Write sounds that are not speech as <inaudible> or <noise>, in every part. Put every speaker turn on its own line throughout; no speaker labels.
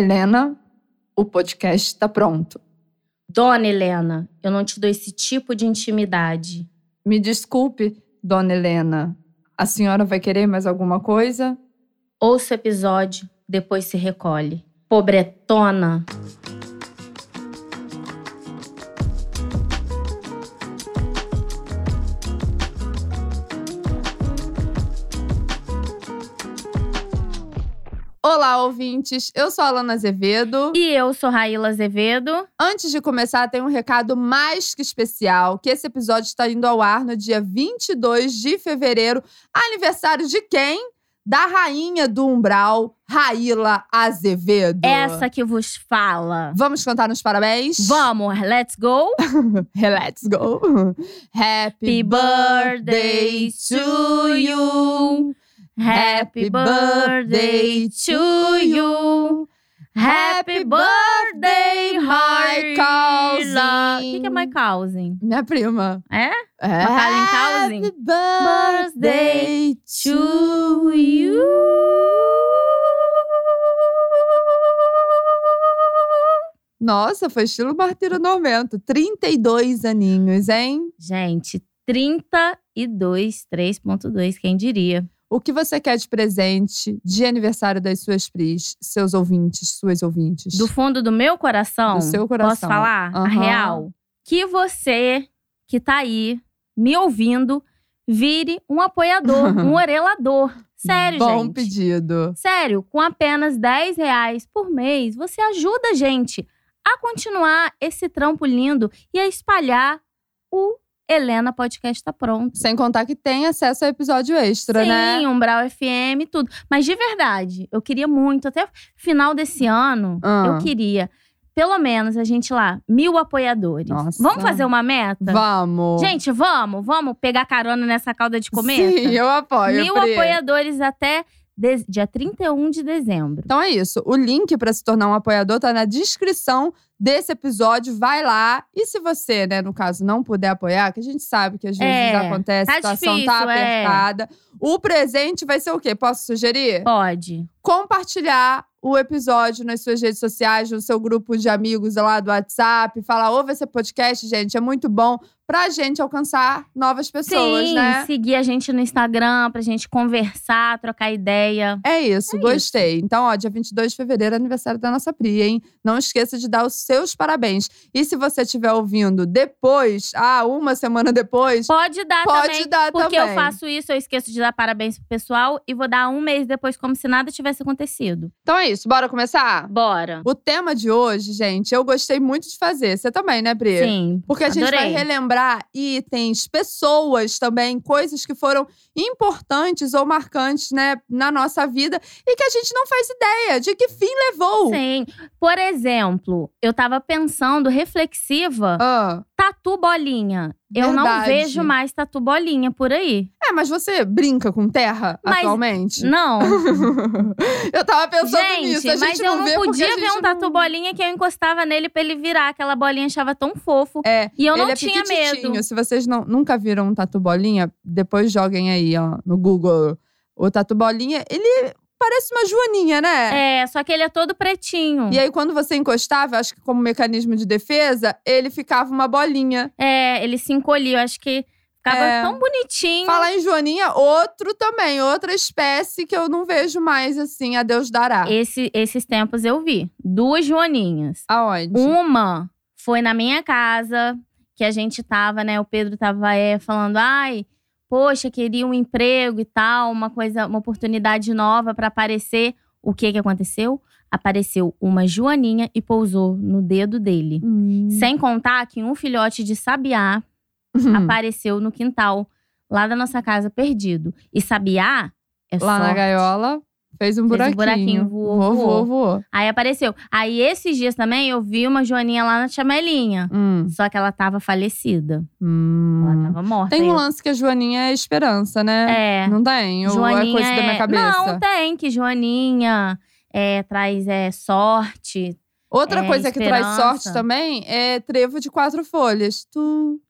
Helena, o podcast está pronto.
Dona Helena, eu não te dou esse tipo de intimidade.
Me desculpe, dona Helena. A senhora vai querer mais alguma coisa?
Ouça o episódio, depois se recolhe. Pobretona!
Olá, ouvintes. Eu sou a Alana Azevedo.
E eu sou Raíla Azevedo.
Antes de começar, tem um recado mais que especial, que esse episódio está indo ao ar no dia 22 de fevereiro, aniversário de quem? Da rainha do umbral, Raíla Azevedo.
Essa que vos fala.
Vamos cantar uns parabéns?
Vamos, let's go!
<laughs> Let's go. <laughs> Happy birthday
Happy birthday
to
to
you.
you. Happy birthday to you. Happy birthday,
my
Raíla. O
cousin.
que, que é my cousin?
Minha prima.
É?
É.
Macaulay Culkin.
Happy birthday to
to
you.
you.
Nossa, foi estilo Martiro Normento. 32 aninhos, hein?
Gente, 32, 3.2, quem diria?
O que você quer de presente de aniversário das suas pris, seus ouvintes, suas ouvintes?
Do fundo do meu coração,
Do seu coração.
posso falar a
Aham.
real? Que você que tá aí me ouvindo vire um
<laughs>
apoiador, um orelador. Sério,
Bom
gente.
pedido.
Sério, com apenas 10 reais por mês, você ajuda a gente a continuar esse trampo lindo e a espalhar o Helena Podcast Tá Pronto.
Sem contar que tem acesso a episódio extra,
Sim,
né?
Umbral FM, tudo. Mas de verdade, eu queria muito, até final desse ano,
Ah.
eu queria, pelo menos, a gente lá, mil apoiadores.
Nossa.
Vamos fazer uma meta?
Vamos.
Gente, vamos, vamos pegar carona nessa calda de cometa?
<laughs> Sim, eu apoio.
mil
Pri.
apoiadores até de- dia 31 de dezembro.
Então é isso. O link para se tornar um apoiador tá na descrição desse episódio. Vai lá. E se você, né, no caso, não puder apoiar, que a gente sabe que às vezes
É,
acontece, a
tá
situação tá
difícil, é.
apertada. O presente vai ser o quê? Posso sugerir?
Pode.
compartilhar o episódio nas suas redes sociais, no seu grupo de amigos lá do WhatsApp, falar, ouve esse podcast, gente, é muito bom pra gente alcançar novas pessoas,
Sim,
né?
seguir a gente no Instagram pra gente conversar, trocar ideia.
É isso,
É
gostei. Então, ó, dia 22 de fevereiro é aniversário da nossa Pri, hein? Não esqueça de dar os seus parabéns. E se você estiver ouvindo depois, ah, uma semana depois,
Pode dar
pode
também.
dar
Porque
também.
eu faço isso, eu esqueço de dar parabéns pro pessoal e vou dar um mês depois, como se nada tivesse acontecido.
Então é isso, bora começar?
Bora.
O tema de hoje, gente, eu gostei muito de fazer. Você também, né, Pri?
Sim.
Porque a gente vai
Adorei.
relembrar itens, pessoas também, coisas que foram importantes ou marcantes, né, na nossa vida e que a gente não faz ideia de que fim levou.
Sim. Por exemplo, eu tava pensando, reflexiva,
Ah,
tatu bolinha. Eu não
Verdade.
vejo mais tatu bolinha por aí.
é, mas você brinca com terra
Mas-
atualmente?
Não.
<laughs> eu tava pensando
gente,
nisso. A gente
mas eu não
vê porque a
podia
gente
ver um
não-
tatu bolinha que eu encostava nele pra ele virar. Aquela bolinha achava tão fofo.
É,
E eu não
Ele é
tinha
pequititinho.
medo.
Se vocês não- nunca viram um tatu bolinha, depois joguem aí, ó, no Google. O tatu bolinha, ele parece uma joaninha, né?
É, só que ele é todo pretinho.
E aí, quando você encostava, eu acho que como mecanismo de defesa, ele ficava uma bolinha.
É, ele se encolhia. Eu acho que ficava
É.
tão bonitinho.
Falar em Joaninha, outro também, outra espécie que eu não vejo mais assim, a Deus dará.
Esse- esses tempos eu vi. Duas Joaninhas.
Aonde?
um Uma foi na minha casa, que a gente tava, né? O Pedro tava é, falando, ai, poxa, queria um emprego e tal, uma coisa, uma oportunidade nova pra aparecer. O que que aconteceu? Apareceu uma joaninha e pousou no dedo dele.
Hum. Hum.
Sem contar que um filhote de sabiá
<laughs>
apareceu no quintal lá da nossa casa perdido. E sabiá é
Lá na
sorte.
gaiola, fez um
Fez um
buraquinho.
buraquinho, voou,
voou.
voou.
voou.
Aí apareceu. Aí esses dias também eu vi uma joaninha lá na chamelinha.
Hum,
Só que ela tava falecida.
hum.
Ela tava morta.
Tem um
Eu-
lance que a Joaninha é esperança, né?
É.
Não tem? Ou é coisa da minha
é-
cabeça?
Não, tem que Joaninha é, traz é, sorte.
Outra
É,
coisa que traz
esperança.
sorte também é trevo de quatro folhas. Tu.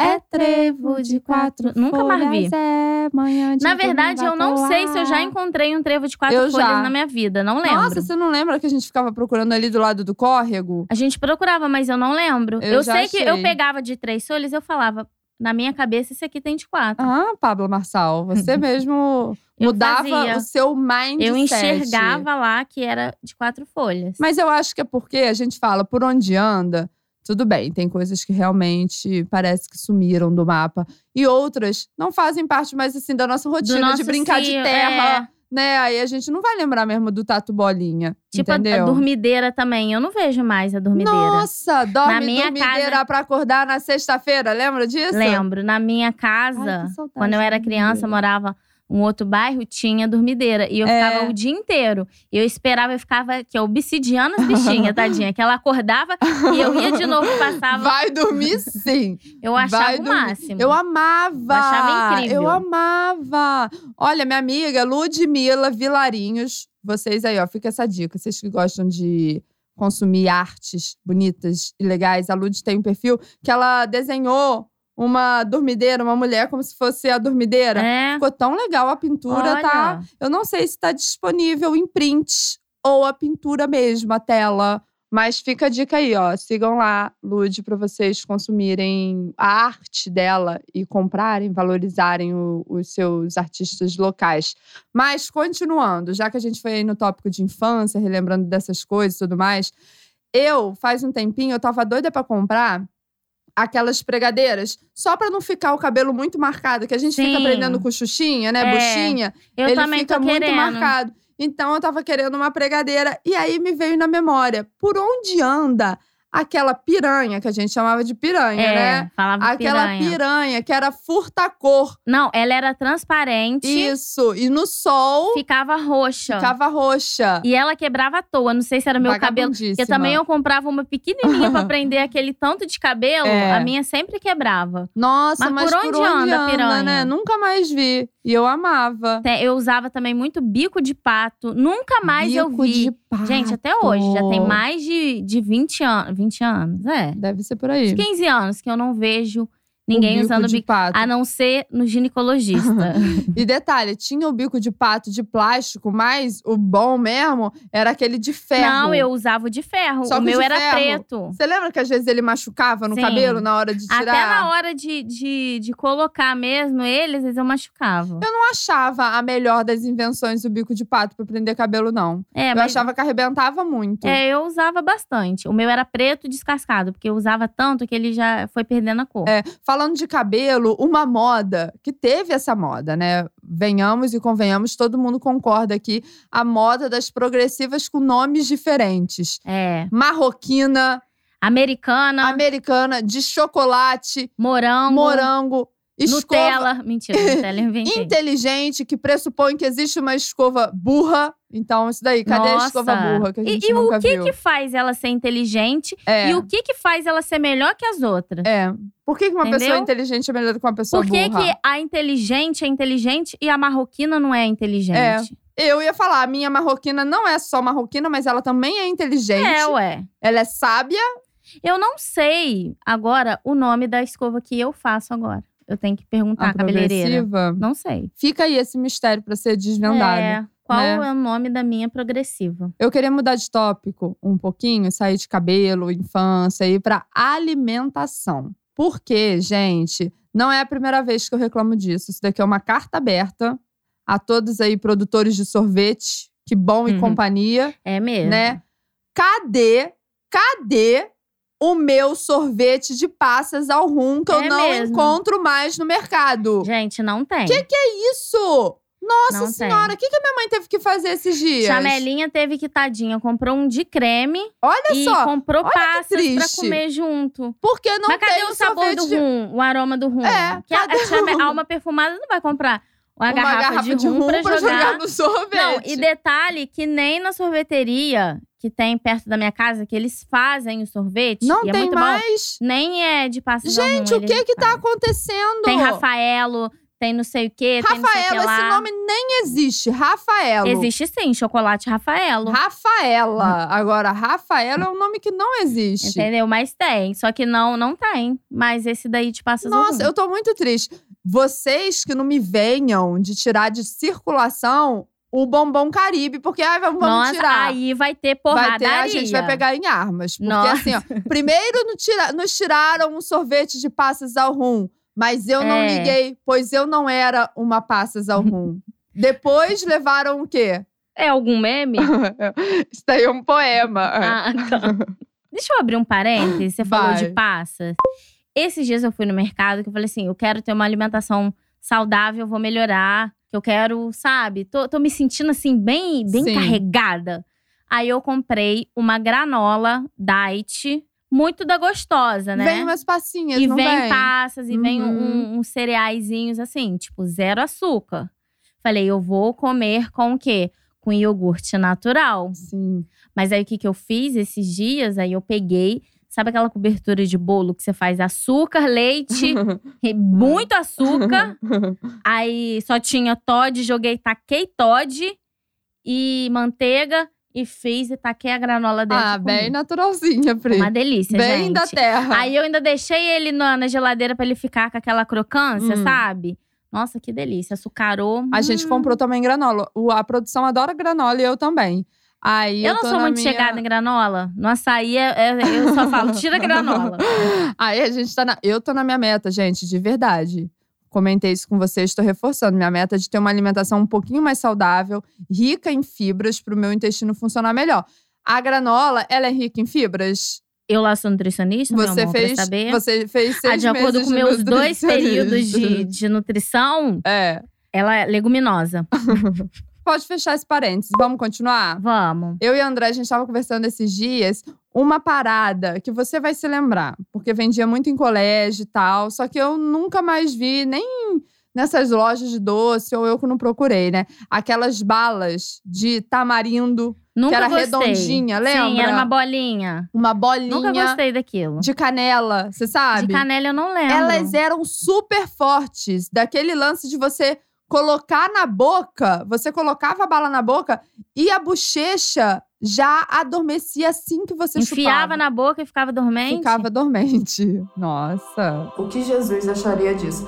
É trevo de quatro
Nunca mais
folhas,
vi.
é manhã de
Na verdade, eu
domingo
não
à
sei se eu já
toa.
encontrei um trevo de quatro
Eu
folhas
já.
na minha vida. Não lembro.
Nossa, você não lembra que a gente ficava procurando ali do lado do córrego?
A gente procurava, mas eu não lembro.
Eu
Eu,
já
sei que eu
achei.
pegava de três folhas e eu falava, na minha cabeça, esse aqui tem de quatro.
Ah, Pablo Marçal,
<laughs>
você mesmo
Eu
mudava
fazia.
o seu mindset.
Eu enxergava lá que era de quatro folhas.
Mas eu acho que é porque a gente fala por onde anda, tudo bem, tem coisas que realmente parece que sumiram do mapa. E outras não fazem parte mais assim da nossa
Do
rotina de
nosso
brincar de
cio-
terra,
é,
né? Aí a gente não vai lembrar mesmo do Tato Bolinha.
tipo, a-
entendeu?
a dormideira também. Eu não vejo mais a dormideira.
Nossa, dorme
Na minha
dormideira pra acordar na sexta-feira, lembra disso?
Lembro, na minha
Ai,
casa,
que saudade né,
quando eu era
da
criança,
dormideira.
morava um outro bairro, tinha dormideira. E eu
É.
ficava o dia inteiro. Eu esperava, eu ficava, que é obsidiana as
<laughs>
bichinhas, tadinha. Que ela acordava e eu ia de novo, passava.
Vai dormir sim.
eu achava
vai
o
dormir.
máximo. É.
Eu amava!
Eu achava incrível.
Eu amava! Olha, minha amiga Ludmila Vilarinhos, vocês aí, ó, fica essa dica. Vocês que gostam de consumir artes bonitas e legais, a Lud tem um perfil que ela desenhou uma dormideira, uma mulher como se fosse a dormideira.
É.
Ficou tão legal a pintura, tá?
Olha.
Eu não sei se está disponível em print ou a pintura mesmo, a tela. Mas fica a dica aí, ó. Sigam lá, Lud, para vocês consumirem a arte dela e comprarem, valorizarem o- os seus artistas locais. Mas, continuando, já que a gente foi aí no tópico de infância, relembrando dessas coisas e tudo mais, eu, faz um tempinho, eu tava doida para comprar aquelas pregadeiras, só para não ficar o cabelo muito marcado, que a gente fica
Sim.
prendendo com chuchinha, né?
É.
Buchinha
Eu
ele
também
fica
tô
muito
querendo.
marcado. Então eu tava querendo uma pregadeira e aí me veio na memória, por onde anda aquela piranha que a gente chamava de piranha,
é,
né?
falava
Aquela
piranha.
piranha. que era furtacor.
Não, ela era transparente,
Isso. E no sol
ficava roxa.
ficava roxa.
E ela quebrava à toa. Não sei se era meu cabelo. Porque
Vagabundíssima.
também eu comprava uma
<laughs>
pequenininha pra prender aquele tanto de cabelo,
É.
a minha sempre quebrava.
Nossa, mas,
Mas por onde anda a piranha?
né? Nunca mais vi. E eu amava.
Até Eu usava também muito bico de pato. Nunca mais eu
Bico
vi.
de pato.
Gente, até hoje, já tem mais de, de 20 anos. 20 anos, é.
Deve ser por aí.
Uns 15 anos que eu não vejo
O
ninguém
bico
usando
de
bico.
pato.
A não ser no ginecologista.
E detalhe, tinha o bico de pato de plástico, mas o bom mesmo era aquele de <laughs> ferro.
Não, eu usava o de ferro.
Só que
o
o
meu
de
era
ferro,
preto.
Você lembra que às vezes ele machucava no
Sim.
cabelo na hora de tirar?
Até na hora de, de, de colocar mesmo ele, às vezes eu machucava.
Eu não achava a melhor das invenções o bico de pato pra prender cabelo, não.
é,
eu
mas
achava que arrebentava muito.
É, eu usava bastante. O meu era preto descascado, porque eu usava tanto que ele já foi perdendo a cor.
É, Falando de cabelo, uma moda que teve essa moda, né? Venhamos e convenhamos, todo mundo concorda aqui. A moda das progressivas com nomes diferentes.
É.
Marroquina,
Americana,
americana, de chocolate.
morango,
morango, escova
Nutella. Mentira, Nutella
<laughs>
eu inventei.
inteligente, que pressupõe que existe uma escova burra. Então, isso daí, cadê a
Nossa.
escova burra que a
E-
gente
e
nunca
o que
viu?
que faz ela ser inteligente?
É,
E o que que faz ela ser melhor que as outras?
é. Por que que uma
Entendeu?
pessoa inteligente é melhor do que uma pessoa
Por que,
burra?
que a inteligente é inteligente e a marroquina não é inteligente?
Eu ia falar, a minha marroquina não é só marroquina, mas ela também é inteligente.
é ué.
Ela é sábia.
Eu não sei agora o nome da escova que eu faço agora. Eu tenho que perguntar
a
à Ah, cabeleireira.
progressiva.
Não sei.
Fica aí esse mistério pra ser desvendado.
É, qual
né?
é o nome da minha progressiva?
Eu queria mudar de tópico um pouquinho, sair de cabelo, infância e ir para alimentação. Porque, gente, não é a primeira vez que eu reclamo disso. Isso daqui é uma carta aberta a todos aí produtores de sorvete, que bom e
Uhum.
companhia,
É mesmo.
né? Cadê? Cadê o meu sorvete de passas ao rum que eu
É
não
mesmo.
encontro mais no mercado?
Gente, não tem.
Que que é isso? Nossa
Não tem.
senhora, o que, que a minha mãe teve que fazer esses dias?
Chamelinha teve que tadinha, comprou um de creme
é Olha
e
só,
comprou
olha que
passas pra
triste.
comer junto.
Porque não
Mas cadê
tem
o sabor do
sorvete de-
rum, o aroma do rum?
É,
que a,
cadê
a, chame- a alma perfumada não vai comprar uma,
Uma
garrafa, de, rum pra jogar.
no sorvete.
Não, e detalhe que nem na sorveteria que tem perto da minha casa, que eles fazem o sorvete,
Não
e é
tem
muito bom,
mais.
nem é de passas ao
Gente,
rum,
o que
eles
que tá
fazem.
acontecendo?
Tem Rafaelo, tem não sei o quê, tem não sei o que
Rafaela,
lá.
esse nome é nem existe. Rafaelo.
Existe sim, chocolate Rafaelo.
Rafaela. Agora, Rafaela é um nome que não existe.
Entendeu? Mas tem. Só que não, não tem. Mas esse daí te passa
Nossa,
algum.
eu tô muito triste. Vocês que não me venham de tirar de circulação o bombom Caribe, porque ai, vamos vamos
Nossa,
tirar.
aí vai ter
Vai ter,
porradaria.
a gente vai pegar em armas. Porque
Nossa.
assim, ó, primeiro no tira- nos tiraram um sorvete de passas ao rum, mas eu não
É.
liguei, pois eu não era uma passas ao
<laughs>
rum. Depois levaram o quê?
É algum meme?
Isso daí é um poema. <laughs>
Ah, tá. Deixa eu abrir um parênteses. Você falou
Vai.
de passas. Esses dias eu fui no mercado que eu falei assim: eu quero ter uma alimentação saudável, vou melhorar. que Eu quero, sabe? Tô, tô me sentindo assim, bem, bem
Sim.
carregada. Aí eu comprei uma granola diet, muito da gostosa, né?
Vem umas passinhas,
e
não
vem,
vem?
passas, e vem
Uhum.
um- uns cereaizinhos assim, tipo zero açúcar. Falei, eu vou comer com o quê? Com iogurte natural.
Sim.
Mas aí o que, que eu fiz esses dias? Aí eu peguei, sabe aquela cobertura de bolo que você faz açúcar,
<laughs>
leite, e muito açúcar. aí só tinha Todd, joguei, taquei Todd e manteiga e fiz e taquei a granola dentro.
ah,
e comi.
bem naturalzinha, Pri.
Uma delícia,
Bem
gente.
da terra.
Aí eu ainda deixei ele na, na geladeira pra ele ficar com aquela crocância,
Hum.
sabe? Nossa, que delícia. Açucarou.
A gente
hum.
comprou também granola. O- a produção adora granola e eu também. Aí eu,
Eu não
tô
sou
na
muito
minha...
chegada em granola. No açaí, é- é- eu só falo, tira a
<laughs>
granola.
Aí a gente tá na. Eu tô na minha meta, gente, de verdade. Comentei isso com vocês, tô reforçando. Minha meta é de ter uma alimentação um pouquinho mais saudável, rica em fibras, pro meu intestino funcionar melhor. A granola, ela é rica em fibras?
Eu lá sou nutricionista,
Você
meu amor,
fez.
pra saber.
Você fez seis
Ah, de acordo
meses
com meus dois períodos
<laughs>
de,
nutricionista.
de nutrição,
É.
ela é leguminosa.
Pode fechar esse parênteses. Vamos continuar?
Vamos.
Eu e a André, a gente tava conversando esses dias, uma parada que você vai se lembrar, porque vendia muito em colégio e tal, só que eu nunca mais vi, nem nessas lojas de doce, ou eu que não procurei, né? Aquelas balas de tamarindo,
Nunca
era
gostei.
redondinha,
Sim,
lembra?
era uma bolinha.
uma bolinha
Nunca gostei daquilo.
de canela, você sabe?
De canela eu não lembro.
Elas eram super fortes, daquele lance de você colocar na boca, você colocava a bala na boca e a bochecha já adormecia assim que você
Enfiava
chupava.
na boca e ficava dormente.
Ficava dormente. <laughs> Nossa.
O que Jesus acharia disso?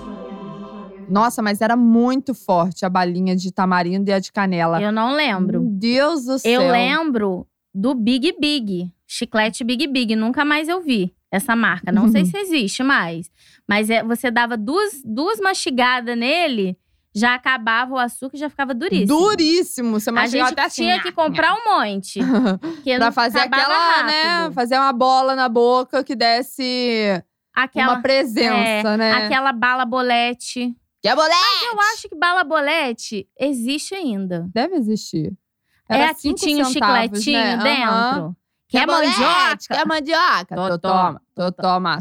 Nossa, mas era muito forte a balinha de tamarindo e a de canela.
Eu não lembro.
Meu Deus do céu.
Eu lembro do Big Big, chiclete Big Big. Nunca mais eu vi essa marca. Não
Uhum.
sei se existe mais. Mas é- você dava duas, duas mastigadas nele, já acabava o açúcar e já ficava duríssimo.
Duríssimo. Você
A
mastigava
gente
até assim. ah,
tinha que comprar um
<laughs>
monte. Porque
pra fazer
acabava
aquela, né?
rápido.
Fazer uma bola na boca que desse
Aquela, é,
uma presença, né?
aquela bala bolete.
Que é
Mas eu acho que bala bolete existe ainda.
Deve existir.
é
Era
a que
cinco
tinha o
centavos,
chicletinho
né? Aham.
dentro. Que é
bolete?
mandioca.
Quer mandioca?
Tô,
Tô, toma,
toma,
tô, toma,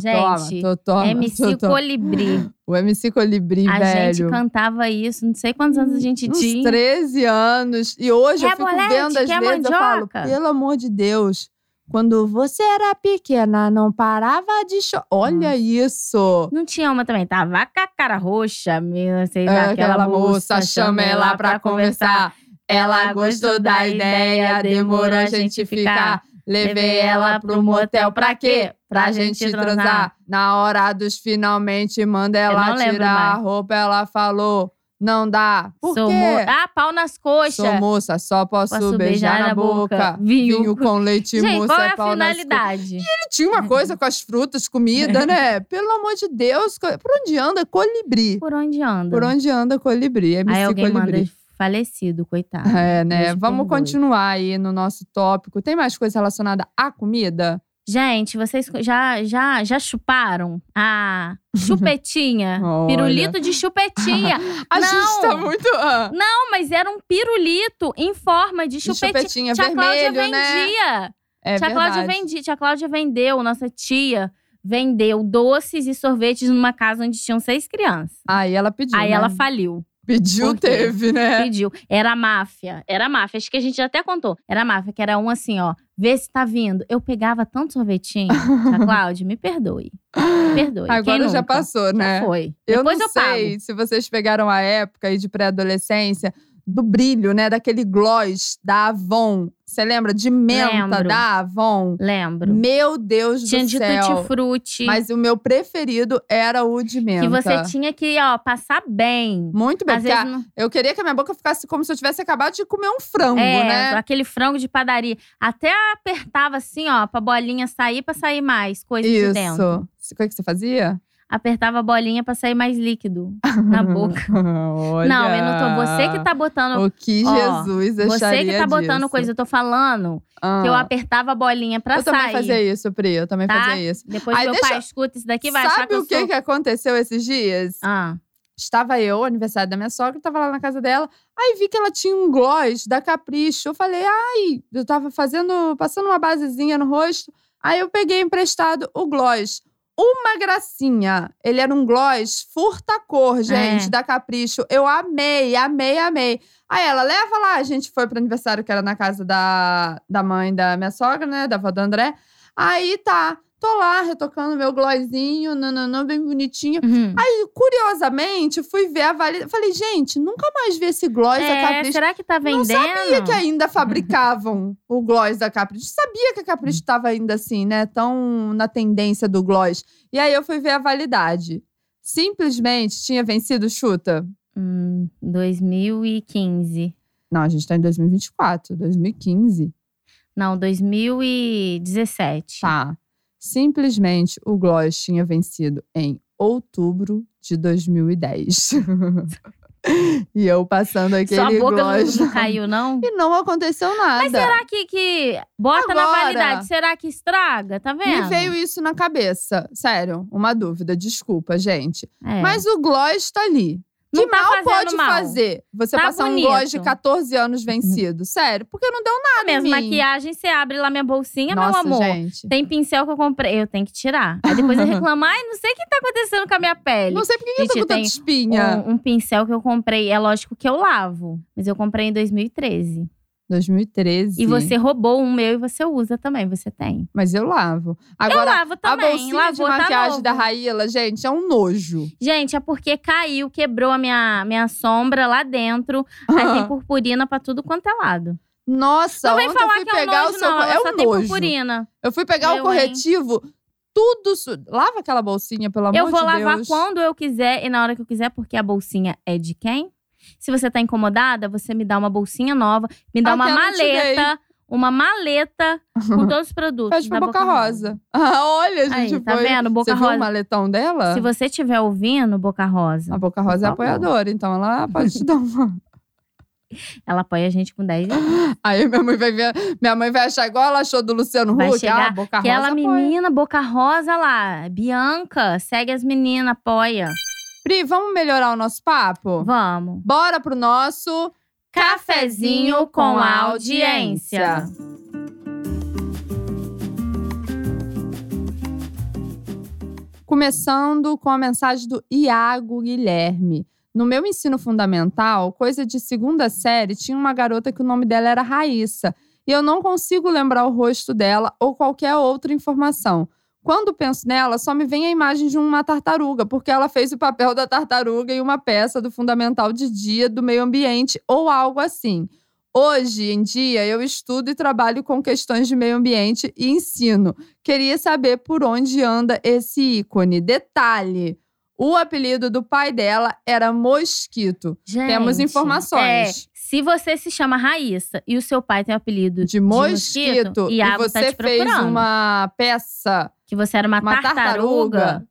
toma,
Gente,
tô, toma.
MC
<laughs> tô, toma.
É Colibri.
O MC Colibri,
A
velho. Hum,
gente cantava isso, não sei quantos anos a gente
uns
tinha.
13 anos. E hoje eu
Quer
fico
bolete?
vendo as
Quer
letras, eu falo,
mandioca?
pelo amor de Deus. Quando você era pequena, não parava de chorar. Olha isso!
Não tinha uma também, tava com a cara roxa, meu, sei
É,
lá, aquela, moça, chama ela pra conversar.
Ela gostou da ideia, demorou a gente ficar. Levei ela pro motel pra quê? Pra gente transar. Na hora dos finalmente, manda ela
não lembro
tirar a
mais.
roupa. Ela falou, não dá. Por
Sou
quê?
mo- Ah, pau nas coxas.
Sou moça, só posso, beijar, na boca.
Vinho.
Vinho com leite,
Gente,
moça,
qual é a
pau nas costas.
finalidade?
Ele tinha uma coisa com as frutas, comida,
<laughs>
né? Pelo amor de Deus, co- por onde anda colibri?
Por onde anda?
Por onde é anda colibri? MC
Aí alguém
colibri.
manda falecido, coitado.
É, né?
Deus
Vamos
perdoe.
continuar aí no nosso tópico. Tem mais coisa relacionada à comida?
Gente, vocês já, já, já chuparam
<laughs>
a chupetinha?
Olha.
pirulito de chupetinha.
A gente
Não!
tá muito. ah,
Não, mas era um pirulito em forma de
de chupetinha
chupetinha. Tia Cláudia
vermelho, né?
vendia.
É
tia, Cláudia
verdade.
vendi, tia Cláudia vendeu, nossa tia vendeu doces e sorvetes numa casa onde tinham seis crianças.
Aí ela pediu.
Aí
né? <laughs>
ela faliu.
Pediu,
Por quê?
teve, né?
Pediu. Era a máfia. Era a máfia. Acho que a gente até contou. Era a máfia, que era um assim, ó. Vê se tá vindo. Eu pegava tanto sorvetinho.
<laughs>
Tia Cláudia, me perdoe. Me perdoe.
Agora
Quem
já
nunca?
passou, né?
Já foi.
Eu
Depois
não
eu
sei se vocês pegaram a época aí de pré-adolescência do brilho, né? Daquele gloss da Avon. Você lembra? De menta
Lembro.
da Avon.
pago. Lembro.
Meu Deus
Tinha
do
de
céu.
tutti-frutti.
Mas o meu preferido era o de menta.
Que você tinha que, ó, passar bem.
Muito bem,
Às
porque
vezes
a-
não-
eu queria que a minha boca ficasse como se eu tivesse acabado de comer um frango,
é,
né?
aquele frango de padaria. Até apertava assim, ó, pra bolinha sair, pra sair mais coisa de dentro.
Isso. O que, que você fazia?
Apertava a bolinha pra sair mais líquido na
<laughs>
boca. Não, eu não tô. Você que tá botando.
O que
Ó,
Jesus
Você
acharia
que tá botando
disso.
coisa. Eu tô falando
Ah.
que eu apertava a bolinha pra
Eu
sair.
também fazia isso, Pri. Eu também
Tá?
fazia isso.
Depois
Aí
meu
deixa-
pai escuta isso daqui, vai achar
Sabe
que eu
o que,
sou...
que aconteceu esses dias?
Ah,
Estava eu, aniversário da minha sogra, tava lá na casa dela. Aí vi que ela tinha um gloss da Capricho. Eu falei, ai, eu tava fazendo, passando uma basezinha no rosto. Aí eu peguei emprestado o gloss. Uma gracinha. Ele era um gloss furta-cor, gente,
É.
da Capricho. Eu amei, amei, amei. Aí ela, leva lá. A gente foi pro aniversário que era na casa da, da mãe da minha sogra, né? Da avó do André. Aí tá, tô lá retocando meu glossinho, nananã, bem bonitinho.
uhum.
E, curiosamente, fui ver a validade. Falei, gente, nunca mais vi esse gloss da
é,
Capricho.
será que tá vendendo?
Sabia que ainda fabricavam o gloss da Capricho. Sabia que a Capricho estava ainda assim, né? Tão na tendência do gloss. E aí eu fui ver a validade. Simplesmente tinha vencido chuta.
Hum, 2015.
Não, a gente tá em 2024, 2015.
Não, 2017.
Tá. Simplesmente o gloss tinha vencido em outubro de 2010. <laughs> e eu passando aquele
Sua boca não-
gloss.
não caiu, não?
E não aconteceu nada.
Mas será que, que bota na
Agora.
validade? Será que estraga? Tá
Me
vendo?
veio isso na cabeça. Sério, uma dúvida. Desculpa, gente.
É.
Mas o gloss tá ali.
Não
que
tá
mal
fazendo
pode
mal.
fazer você
Tá
passar
bonito.
um gloss de 14 anos vencido? Sério, porque não deu nada
Ah, mesmo,
em mim.
maquiagem, você abre lá minha bolsinha,
Nossa,
meu amor.
gente.
Tem pincel que eu comprei, eu tenho que tirar. Aí
<laughs>
depois eu reclamo, ai, não sei o que tá acontecendo com a minha pele.
Não sei por que que eu tô
Gente,
com tanta
tem
espinha.
Um, um pincel que eu comprei, é lógico que eu lavo, mas eu comprei em 2013.
2013.
E você roubou um meu e você usa também, você tem.
Mas eu lavo. Agora,
eu lavo
a
também,
bolsinha
lavou,
de maquiagem
tá
da
novo.
Raíla, gente, é um nojo.
Gente, é porque caiu, quebrou a minha, minha sombra lá dentro. Aí
<laughs>
tem purpurina pra tudo quanto é lado.
Nossa,
não vem
ontem eu
falar
fui
que é um
pegar
nojo,
o seu.
não.
é
ela
um
só tem
nojo.
purpurina.
Eu fui pegar
Eu,
o corretivo, tudo. Su... Lava aquela bolsinha, pelo amor
eu
de
vou
Deus.
lavar quando eu quiser e na hora que eu quiser, porque a bolsinha é de quem? Se você tá incomodada, você me dá uma bolsinha nova, me dá
Ah,
uma
que eu não te dei.
maleta, uma maleta
<laughs>
com todos os produtos
Pede
da
pra Boca, Rosa. <laughs> Ah, olha,
Aí,
gente,
tá
foi.
vendo? Boca
Você viu
Rosa.
o maletão dela?
Se Tá você estiver ouvindo, Boca Rosa,
A Boca Rosa é
Por favor.
apoiadora, então ela pode te dar uma.
ela apoia a gente com 10 reais.
<laughs> Aí minha mãe vai ver, minha mãe vai achar igual ela achou do Luciano
Vai
Huck.
chegar
ah, a Boca
Aquela
Rosa apoia.
menina, Boca Rosa lá, Bianca, segue as meninas, apoia.
Pri, vamos melhorar o nosso papo?
Vamos.
Bora pro nosso
Cafezinho com a audiência.
Começando com a mensagem do Iago Guilherme. No meu ensino fundamental, coisa de segunda série, tinha uma garota que o nome dela era Raíssa. E eu não consigo lembrar o rosto dela ou qualquer outra informação. Quando penso nela, só me vem a imagem de uma tartaruga, porque ela fez o papel da tartaruga em uma peça do Fundamental de Dia do Meio Ambiente ou algo assim. Hoje em dia, eu estudo e trabalho com questões de meio ambiente e ensino. Queria saber por onde anda esse ícone. Detalhe: o apelido do pai dela era Mosquito.
Gente,
Temos informações.
é, se você se chama Raíssa e o seu pai tem o apelido
De mosquito, e,
Iago tá
você
te
fez
procurando.
uma peça,
que você era uma,
uma tartaruga.
tartaruga.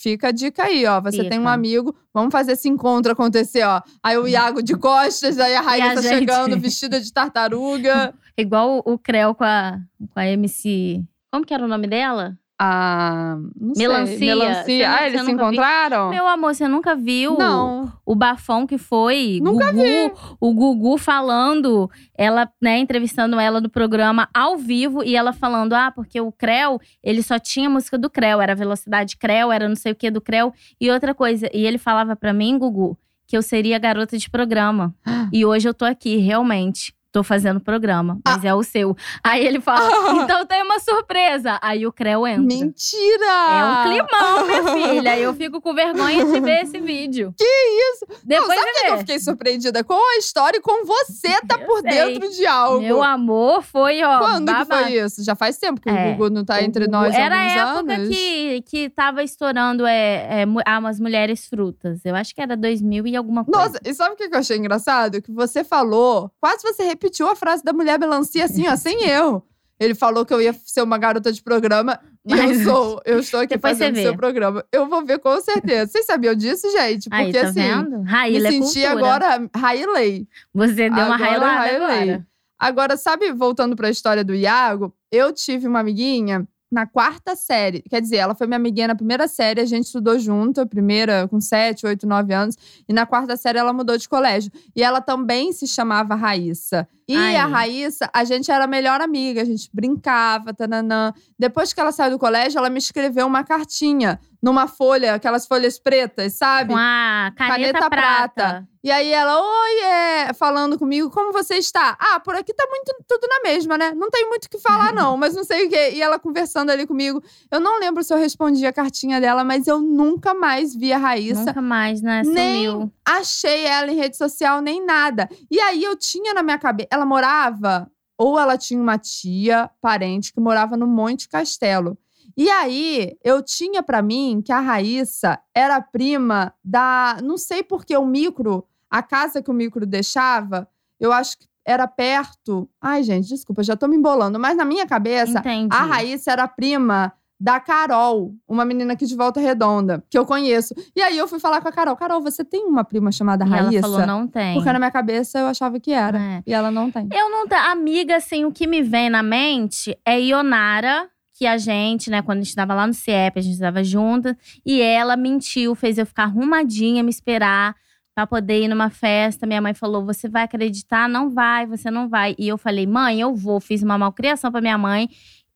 Fica a dica aí, ó. Você tem um
Fica. Hum.
amigo, vamos fazer esse encontro acontecer, ó. Aí o Iago de costas, aí a Raíssa
gente-
chegando vestida de
<laughs>
tartaruga.
Igual o, o Creu com a, com a MC. Como que era o nome dela?
Ah, não
Melancia.
sei.
Você
Melancia.
não-
Ah,
você
eles se
nunca viu?
encontraram?
Meu amor, você nunca viu
Não.
o bafão que foi?
Nunca
Gugu, O Gugu falando, ela, né, entrevistando ela no programa ao vivo e ela falando: ah, porque o Creu, ele só tinha música do Creu, era velocidade Creu, era não sei o que do Creu e outra coisa. E ele falava pra mim, Gugu, que eu seria garota de programa. E hoje eu tô aqui, realmente. Tô fazendo programa, mas é o seu. Aí ele
<laughs> Ah.
fala: então tem uma surpresa. Aí o Creu entra.
Mentira!
É
Ah.
um climão,
<laughs>
minha filha. Eu fico com vergonha de ver esse vídeo. Que isso? Depois
Não, sabe
você
o que
vê.
que eu fiquei surpreendida? Com a história e com você tá
Eu
por
sei.
dentro de algo.
Meu amor foi, ó.
Quando que
babado.
foi isso? Já faz tempo que
É,
o Gugu não tá
O
entre
Gugu-
nós há
Era a
alguns
época
anos.
que, que tava estourando é, é, mu- ah, umas mulheres frutas. Eu acho que era 2000 e alguma coisa.
Nossa, e sabe o que que eu achei engraçado? Que você falou, quase você repetiu a frase da mulher melancia assim, ó, sem erro. Ele falou que eu ia ser uma garota de programa e
Mas-
eu sou. Eu estou aqui
Depois
fazendo
você
o
vê.
seu programa. Eu vou ver com certeza. Vocês sabiam disso, gente? Porque
Aí, tá
assim,
vendo?
me
Raíla é
senti
cultura.
agora Railei.
Você deu uma
Agora eu
railada
railei.
agora.
Agora, sabe, voltando pra história do Iago, eu tive uma amiguinha na quarta série. Quer dizer, ela foi minha amiguinha na primeira série, a gente estudou junto, a primeira com 7, 8, 9 anos. E na quarta série ela mudou de colégio. E ela também se chamava Raíssa. E
Aí.
a Raíssa, a gente era a melhor amiga, a gente brincava, tananã. Depois que ela saiu do colégio, ela me escreveu uma cartinha numa folha, aquelas folhas pretas, sabe?
Com a caneta,
Caneta
prata.
prata. E aí ela, oi, é, falando comigo, como você está? Ah, por aqui tá muito tudo na mesma, né? Não tem muito o que falar, não, mas não sei o quê. E ela conversando ali comigo. Eu não lembro se eu respondi a cartinha dela, mas eu nunca mais vi a Raíssa.
Nunca mais, né?
Nem-
Sumiu.
Achei ela em rede social, nem nada. E aí eu tinha na minha cabeça. Ela morava, ou ela tinha uma tia, parente, que morava no Monte Castelo. E aí, eu tinha pra mim que a Raíssa era prima da. Não sei porque o micro, a casa que o micro deixava, eu acho que era perto. Ai, gente, desculpa, já tô me embolando. Mas na minha cabeça,
Entendi.
a Raíssa era prima da Carol, uma menina aqui de Volta Redonda, que eu conheço. E aí eu fui falar com a Carol: Carol, você tem uma prima chamada
E
Raíssa?
ela falou, não tem.
Porque na minha cabeça eu achava que era.
É.
E ela não tem.
Eu não. te- Amiga, assim, o que me vem na mente é Ionara, que a gente, né, quando a gente tava lá no CIEP, a gente tava junta, e ela mentiu, fez eu ficar arrumadinha, me esperar pra poder ir numa festa. Minha mãe falou: você vai acreditar? Não vai, você não vai. E eu falei: mãe, eu vou. Fiz uma malcriação pra minha mãe.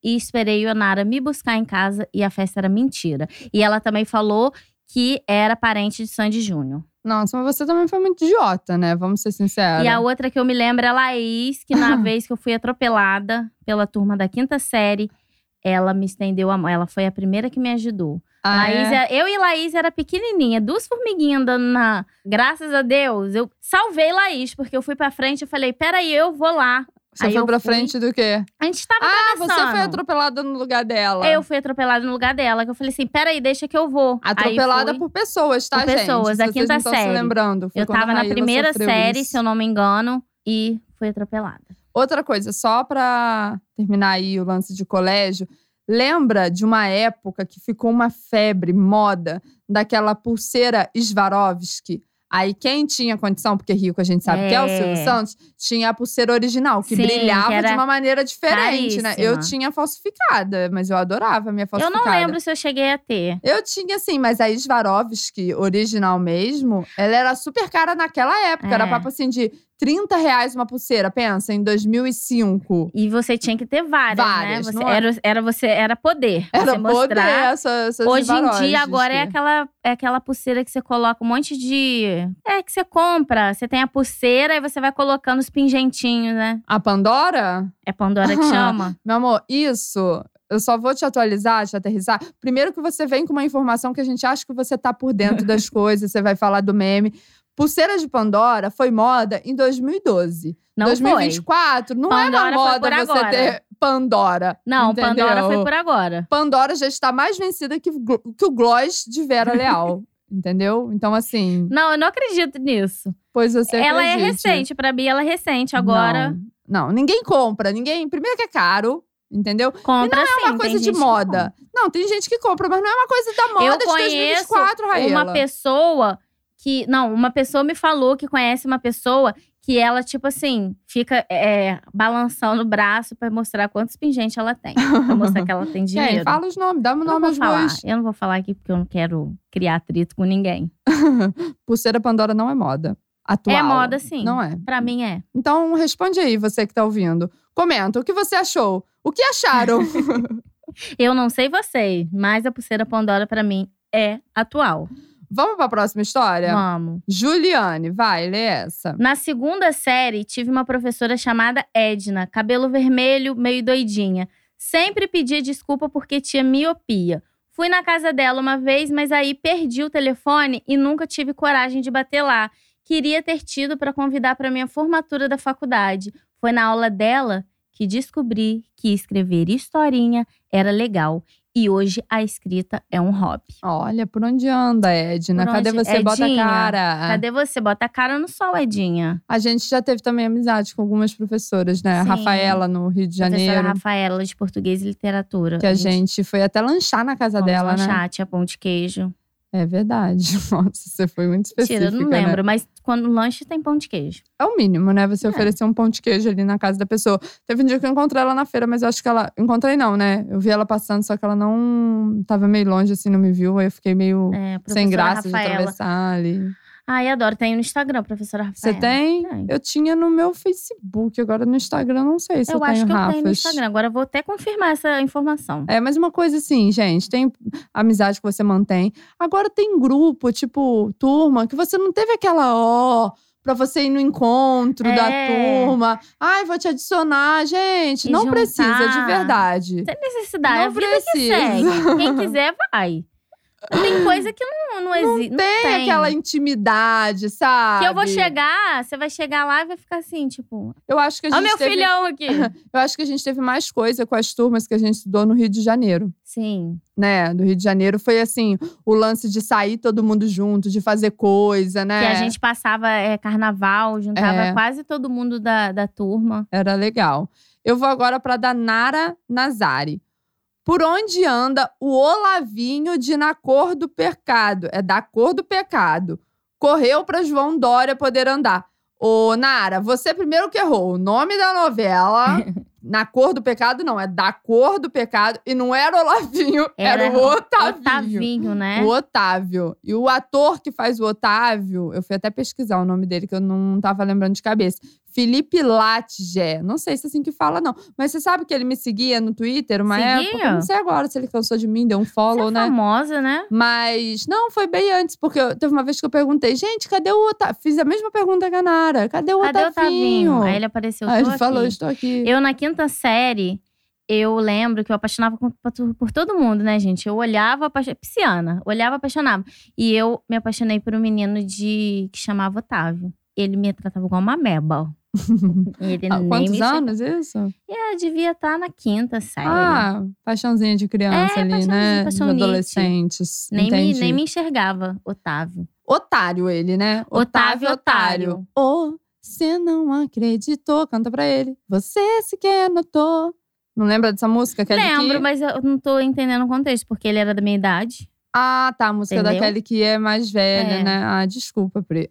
E esperei Ionara me buscar em casa e a festa era mentira. E ela também falou que era parente de Sandy Júnior.
Nossa, mas você também foi muito idiota, né? Vamos ser sinceros.
E a outra que eu me lembro é a Laís,
<laughs>
que na vez que eu fui atropelada pela turma da quinta série, ela me estendeu a mão. Ela foi a primeira que me ajudou.
Ah,
Laís
é?
era- eu e Laís era pequenininha, duas formiguinhas andando na. Graças a Deus, eu salvei Laís, porque eu fui pra frente e falei: peraí, eu vou lá.
Você
Aí
foi
eu
pra
fui.
frente do quê?
A gente tava
Ah,
atravessando.
você foi atropelada no lugar dela.
Eu fui atropelada no lugar dela, que eu falei assim: peraí, deixa que eu vou. Aí
Atropelada
fui.
por pessoas, tá,
Por
gente?
pessoas, da
Se vocês
quinta
não estão
série.
se lembrando. foi
Eu
quando a
tava na
Raíla
primeira
sofreu
série,
isso.
se eu não me engano, e fui atropelada.
Outra coisa, só pra terminar aí o lance de colégio, lembra de uma época que ficou uma febre moda daquela pulseira Swarovski? Aí quem tinha condição, porque rico a gente sabe que é o
É.
Silvio Santos, tinha a pulseira original, que
Sim,
brilhava
que era
de uma maneira diferente, né? Eu
caríssima.
tinha falsificada, mas eu adorava a minha
Eu
falsificada.
não lembro se eu cheguei a ter.
Eu tinha, assim, mas a Swarovski original mesmo, ela era super cara naquela época.
É.
Era papo, assim, de 30 reais uma pulseira, pensa, em 2005.
E você tinha que ter várias,
Várias,
né? Você
não é?
era, era você era poder.
Era
você
poder
mostrar.
essa, essas
Hoje em
Swarovski.
dia, agora é aquela, é aquela pulseira que você coloca um monte de. É, que você compra. Você tem a pulseira e você vai colocando os pingentinhos, né?
A Pandora?
É
<laughs>
Pandora que chama?
Meu amor, isso. Eu só vou te atualizar, te aterrissar. Primeiro que você vem com uma informação que a gente acha que você tá por dentro
<laughs>
das coisas, você vai falar do meme. Pulseira de Pandora foi moda em 2012.
Não foi.
2024 não é na
Pandora foi
moda
por
você
agora.
ter Pandora.
Não,
entendeu?
Pandora foi por agora.
Pandora já está mais vencida que, o Glo- que o Gloss de
<laughs>
Vera Leal. entendeu? Então, assim,
Não, eu não acredito nisso.
pois você
ela é
acredite.
recente, pra mim ela é recente agora.
Não, não, ninguém compra. Ninguém. Primeiro que é caro, entendeu?
Compra sim.
É uma
tem
coisa de
gente que compra.
moda. Não, tem gente que compra, mas não é uma coisa da moda
Eu
de
conheço
2024, Raíla.
uma pessoa que. Não, uma pessoa me falou que conhece uma pessoa que ela, tipo assim, fica é, balançando o braço pra mostrar quantos pingentes ela tem. Pra mostrar que ela
<laughs>
tem
Quem?
dinheiro.
Fala os nomes, dá o
Eu não
nome
vou
aos
falar.
bois.
Eu não vou falar aqui porque eu não quero criar atrito com ninguém.
Pulseira Pandora não é moda. Atual.
É moda, sim.
Não é.
Pra mim é.
Então responde aí, você que tá ouvindo. Comenta, o que você achou? O que
<laughs>
acharam?
Eu não sei você, mas a pulseira Pandora pra mim é atual.
Vamos pra próxima história?
Vamos.
Juliane, vai, lê essa.
Na segunda série, tive uma professora chamada Edna, cabelo vermelho, meio doidinha. Sempre pedia desculpa porque tinha miopia. Fui na casa dela uma vez, mas aí perdi o telefone e nunca tive coragem de bater lá. Queria ter tido para convidar para minha formatura da faculdade. Foi na aula dela que descobri que escrever historinha era legal e hoje a escrita é um hobby.
Olha, por onde anda, Edna?
Por
Cadê
onde-
você? Bota a
Edinha,
cara.
Cadê você? Bota a cara no sol, Edinha.
A gente já teve também amizade com algumas professoras, né? A
Sim.
Rafaela, no Rio de
Professora
Janeiro.
Rafaela de Português e Literatura.
Que a gente foi até lanchar na casa
Vamos
dela,
lanchar,
né?
tinha pão de queijo.
É verdade. <laughs> Nossa, você foi muito específica,
Mentira, eu não
né?
lembro, mas quando lanche tem pão de queijo.
É o mínimo, né? Você
É.
oferecer um pão de queijo ali na casa da pessoa. Teve um dia que eu encontrei ela na feira, mas eu acho que ela. Encontrei não, né? Eu vi ela passando, só que ela não. Tava meio longe, assim, não me viu. Aí eu fiquei meio
É, professora
sem graça de
Rafaela.
atravessar ali.
Ai, adoro. Tem no Instagram, professora
Você
Rafaela.
tem?
Tem.
Eu tinha no meu Facebook, agora no Instagram, eu não sei se eu,
Eu acho
tenho
que eu
Rafas.
tenho no Instagram. Agora eu vou até confirmar essa informação.
É, mas uma coisa assim, gente, tem amizade que você mantém. Agora tem grupo, tipo, turma, que você não teve aquela ó pra você ir no encontro da
É.
turma. Ai, vou te adicionar, gente.
E
não
juntar.
precisa, de verdade.
Tem necessidade.
É. Não
a vida que
precisa. <laughs>
segue. Quem quiser, vai. Tem coisa que não, não existe. Não tem,
Tem aquela intimidade, sabe?
Que eu vou chegar, você vai chegar lá e vai ficar assim, tipo.
Eu acho que a
Ó,
gente
meu
teve, <laughs>
filhão aqui.
eu acho que a gente teve mais coisa com as turmas que a gente estudou no Rio de Janeiro.
Sim.
Né, do Rio de Janeiro foi assim: o lance de sair todo mundo junto, de fazer coisa, né?
Que a gente passava é, carnaval, juntava
É. quase
quase todo mundo da, turma.
Era legal. Eu vou agora para Danara Nazari. Por onde anda o Olavinho de Na Cor do Pecado? É da Cor do Pecado. Correu para João Dória poder andar. Ô, Nara, você primeiro que errou. O nome da novela, <laughs> Na Cor do Pecado, não. É Da Cor do Pecado. E não era Olavinho, era,
Era
o Otavinho.
Otavinho, né?
O Otávio. E o ator que faz o Otávio, eu fui até pesquisar o nome dele, que eu não tava lembrando de cabeça. Felipe Latge. Não sei se é assim que fala, não. Mas você sabe que ele me seguia no Twitter uma
Seguia?
época? Eu Não sei agora se ele cansou de mim, deu um
Você
follow,
é
né?
famosa, né?
Mas não, foi bem antes, porque eu- teve uma vez que eu perguntei, gente, cadê o Otávio? Fiz a mesma pergunta que a Nara. Cadê o
Cadê o
Otavinho?
Otavinho? Aí ele apareceu.
Aí
"Tô
ele falou,
aqui."
estou aqui.
Eu, na quinta série, eu lembro que eu apaixonava com- por, tu- por todo mundo, né, gente? Eu olhava, apaixonava. Pisciana, olhava, apaixonava. E eu me apaixonei por um menino de que chamava Otávio. Ele me tratava igual uma
<laughs>
meba. Ele
Ah,
nem
Quantos
me
anos isso?
Eu devia estar na quinta série.
Ah, paixãozinha de criança
É,
ali,
paixãozinha,
né? De
paixãonite.
adolescentes.
Nem me,
entendi.
nem me enxergava, Otávio.
Otário ele, né?
Otávio,
Otário. Oh, você não acreditou. Canta pra ele. Você sequer notou. Não lembra dessa música? Kelly
Lembro,
Key?
mas eu não tô entendendo o contexto, porque ele era da minha idade.
Ah, tá. A música da
Entendeu?
Kelly que é mais velha,
É.
né? Ah, desculpa, Pri.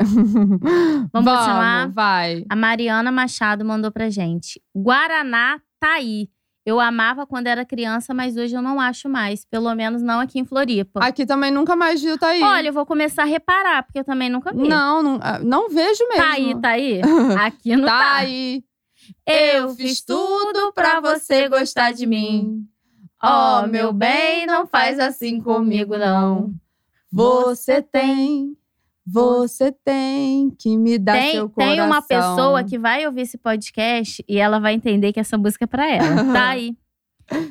continuar?
vai.
A Mariana Machado mandou pra gente. Guaraná tá aí. Eu amava quando era criança, mas hoje eu não acho mais. Pelo menos não aqui em Floripa.
Aqui também nunca mais viu, tá aí.
Olha, eu vou começar a reparar, porque eu também nunca vi.
não, não, ah, não vejo mesmo.
tá aí, tá <laughs> aí. Aqui não
Tá
tá.
aí.
Eu fiz tudo pra você gostar de mim. Oh, meu bem, não faz assim comigo, não.
Você tem, você tem que me dar seu
Tem,
coração.
tem uma pessoa que vai ouvir esse podcast e ela vai entender que essa música é pra ela. Tá <laughs> aí.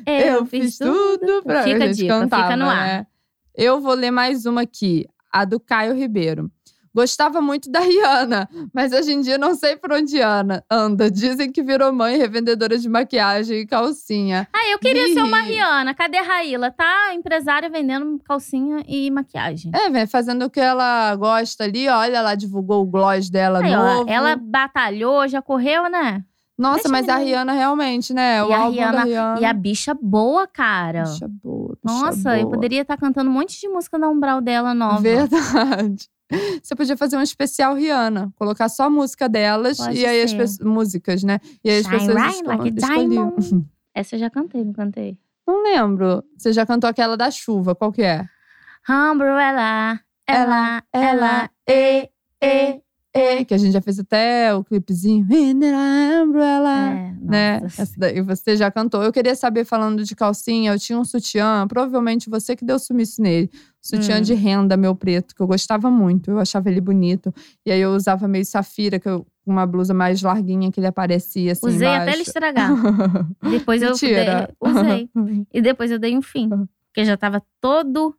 eu fiz tudo pra
Fica a
gente
dica,
cantava,
fica no ar.
né? Eu vou ler mais uma aqui, a do Caio Ribeiro. Gostava muito da Rihanna, mas hoje em dia não sei por onde Ana anda. Dizem que virou mãe revendedora de maquiagem e calcinha.
Ah, eu queria ser uma
Ih.
Rihanna. Cadê a Raíla? Tá empresária vendendo calcinha e maquiagem.
É, vem fazendo o que ela gosta ali. Olha, ela divulgou o gloss dela
Aí, ó,
novo.
ela batalhou, já correu, né?
Nossa,
Deixa
mas a
menina.
Rihanna realmente, né? o
E a
álbum da
Rihanna-
Rihanna.
E a bicha boa, cara.
Bicha boa, bicha
Nossa, eu
boa.
poderia estar cantando um monte de música na umbral dela nova.
Verdade. Você podia fazer um especial Rihanna, colocar só a música delas
Pode
e aí as
ser.
pessoas. Músicas, né? E aí as
Shine
pessoas
right
esco-
like a
escolhiam.
diamond. <laughs> Essa eu já cantei, não cantei.
<laughs> Não lembro. Você já cantou aquela da chuva, qual que é?
Umbrella, ela, ela,
e,
e,
Ei, que a gente já fez até o clipezinho. Under a Umbrella.
É,
Né?
nossa.
Essa daí você já cantou. Eu queria saber, falando de calcinha, eu tinha um sutiã, provavelmente você que deu sumiço nele. Sutiã
Hum.
de renda, meu preto, que eu gostava muito, eu achava ele bonito. E aí eu usava meio safira, que eu- uma blusa mais larguinha que ele aparecia assim.
Usei até ele
embaixo. <laughs>
estragar. Depois eu
Mentira.
dei- usei. E depois eu dei um fim.
Uhum.
Porque já tava todo.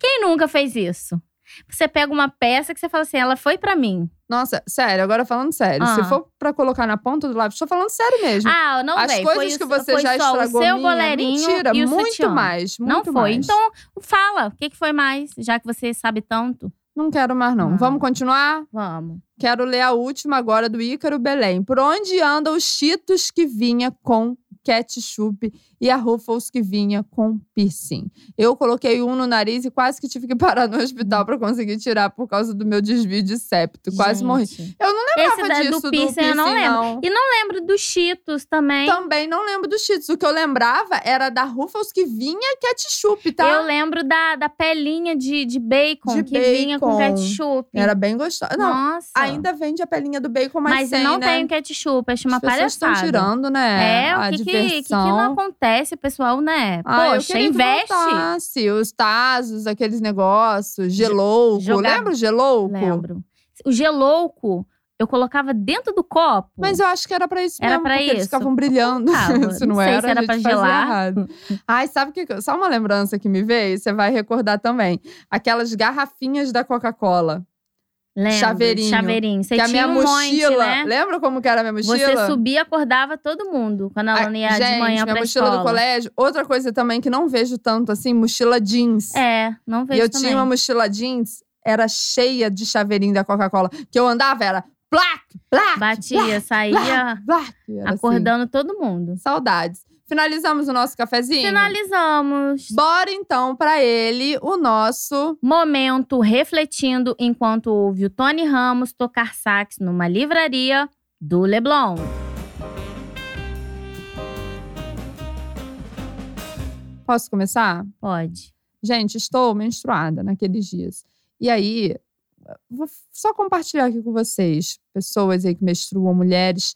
Quem nunca fez isso? Você pega uma peça que você fala assim, ela foi pra mim.
Nossa, sério, agora falando sério. Se
Ah.
for pra colocar na ponta do lápis, tô falando sério mesmo.
Ah, não
As
veio.
coisas
foi o-
que você
foi
já
só
estragou
o seu
minha,
boleirinho
mentira,
e o
muito
sutiã.
mais, muito
não foi.
mais.
Então, fala. O que, que foi mais? Já que você sabe tanto.
Não quero mais não.
Ah.
Vamos continuar?
Vamos.
Quero ler a última agora do Ícaro Belém. Por onde andam os Cheetos que vinha com ketchup e a Ruffles que vinha com piercing? Eu coloquei um no nariz e quase que tive que parar no hospital pra conseguir tirar por causa do meu desvio de septo. Quase morri.
Gente.
Eu não lembrava
Esse da- do
disso
piercing eu não lembro.
não.
Lembro dos Cheetos também.
Também não lembro dos Cheetos. O que eu lembrava era da Ruffles que vinha ketchup, tá?
Eu lembro da, da pelinha de, de bacon
De
que vinha com
bacon.
ketchup.
Era bem gostosa. Não,
Nossa.
ainda vende a pelinha do bacon, mas,
Mas
sem,
não
né?
tem o ketchup, acho uma
As pessoas estão
palhaçada.
tirando, né?
É,
a
o que, que, que que
diversão.
não acontece, pessoal, né?
Ah, eu
Poxa,
queria que
investe.
voltasse, os Tazos, aqueles negócios, gelouco.
jogar-
Lembra o gelouco?
Lembro. O gelouco, eu colocava dentro do copo.
Mas eu acho que era pra isso
Era
mesmo,
pra
porque eles
isso.
ficavam brilhando. <laughs>
Tava.
se não,
Não sei
era,
se era
a gente
pra
fazia
gelar. <laughs>
errado. Ai, sabe o que? Só uma lembrança que me veio, você vai recordar também. Aquelas garrafinhas da Coca-Cola.
Lembro,
chaveirinho.
Chaveirinho. Você
que a minha
tinha um
mochila.
monte, né?
Lembra como que era a minha mochila?
Você subia e acordava todo mundo quando
Ah,
ela ia
gente,
de manhã
minha
pra
mochila
escola.
do colégio. Outra coisa também que não vejo tanto assim, mochila jeans.
É, não
e
vejo
eu
também.
tinha uma mochila jeans, era cheia de chaveirinho da Coca-Cola. Que eu andava, era plac, plac,
Batia, saía
plac. Era assim.
acordando todo mundo.
Saudades. Finalizamos o nosso cafezinho?
Finalizamos.
Bora então pra ele, o nosso.
Momento refletindo enquanto ouve o Tony Ramos tocar sax numa livraria do Leblon.
Posso começar?
Pode.
Gente, estou menstruada naqueles dias. E aí, vou só compartilhar aqui com vocês, pessoas aí que menstruam, mulheres.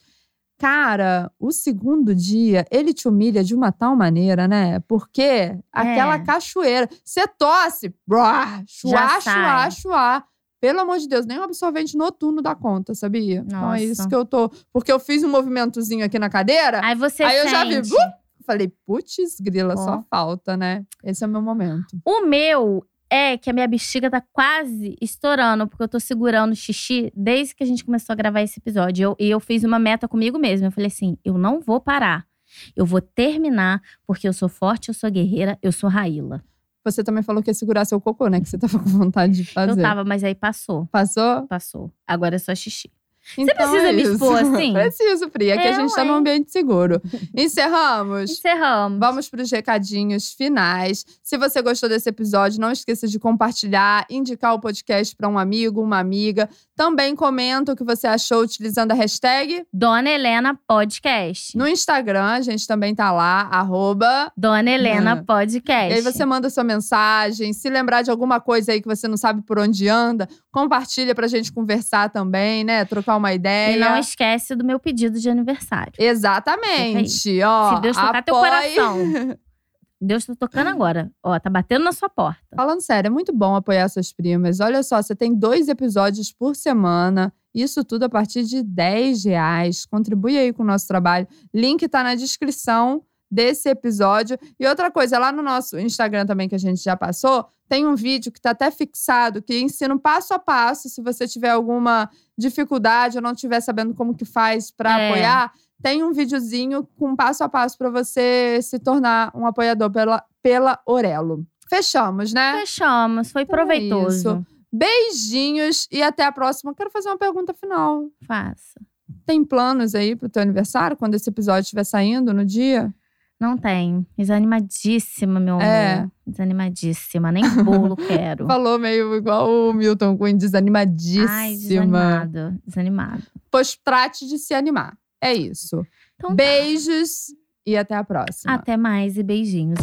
Cara, o segundo dia, ele te humilha de uma tal maneira, né?
É.
Porque aquela cachoeira, você tosse, brá, chuá,
Já
chuá,
sai.
chuá. Pelo amor de Deus, nem um absorvente noturno dá conta, sabia? Então é
Nossa.
isso que eu tô. Porque eu fiz um movimentozinho aqui na cadeira,
Aí você
Ah, Aí eu
sente.
já vi, uh! falei, putz, grila, só
Ó.
falta, né? Esse é o meu momento.
O meu é que a minha bexiga tá quase estourando, porque eu tô segurando o xixi desde que a gente começou a gravar esse episódio. Eu- E eu, fiz uma meta comigo mesma. Eu falei assim: eu não vou parar. Eu vou terminar, porque eu sou forte, eu sou guerreira, eu sou Raíla.
Você também falou que ia segurar seu cocô, né? Que você tava <laughs> com vontade de fazer.
Eu tava, mas aí passou.
Passou?
Passou. Agora é só xixi.
Então
precisa
é
me
isso. <laughs>
expor assim?
Preciso, Pri. Aqui a
Eu,
gente tá
hein?
num ambiente
<laughs>
seguro. Encerramos.
Encerramos.
Vamos para os recadinhos finais. Se você gostou desse episódio, não esqueça de compartilhar, indicar o podcast para um amigo, uma amiga. Também comenta o que você achou utilizando a hashtag.
Dona Helena Podcast.
No Instagram, a gente também tá lá, arroba
Dona Helena
Ah.
Podcast.
E aí você manda sua mensagem, se lembrar de alguma coisa aí que você não sabe por onde anda, compartilha pra gente conversar também, né? Trocar uma
E
ideia.
não esquece do meu pedido de aniversário.
Exatamente, ó.
Se Deus tocar teu
apoie-
coração. <laughs> Deus tá tocando agora. Ó, tá batendo na sua porta.
Falando sério, é muito bom apoiar suas primas. Olha só, você tem dois episódios por semana. Isso tudo a partir de 10 reais. Contribui aí com o nosso trabalho. Link tá na descrição desse episódio. E outra coisa, lá no nosso Instagram também, que a gente já passou, tem um vídeo que tá até fixado, que ensina um passo a passo. Se você tiver alguma dificuldade ou não estiver sabendo como que faz para
É.
apoiar, tem um videozinho com passo a passo para você se tornar um apoiador pela, pela Orelo. Fechamos, né?
Fechamos, foi
Então é
proveitoso.
Beijinhos e até a próxima. Quero fazer uma pergunta final.
Faça.
Tem planos aí pro teu aniversário, quando esse episódio estiver saindo no dia?
Não tem. Desanimadíssima, meu
É.
amor. Desanimadíssima. Nem <laughs> bolo quero.
Falou meio igual o Milton Quinn, desanimadíssima.
Ai, desanimado. Desanimado.
Pois trate de se animar. É isso.
Então tá.
Beijos e até a próxima.
Até mais e beijinhos.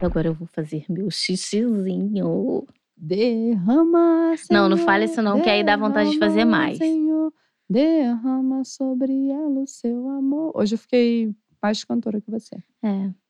Agora eu vou fazer meu xixizinho.
Derrama,
Não, não fala isso não, que aí dá vontade de fazer
derrama,
mais.
Senhor, derrama sobre ela o seu amor. Hoje eu fiquei mais cantora que você.
É.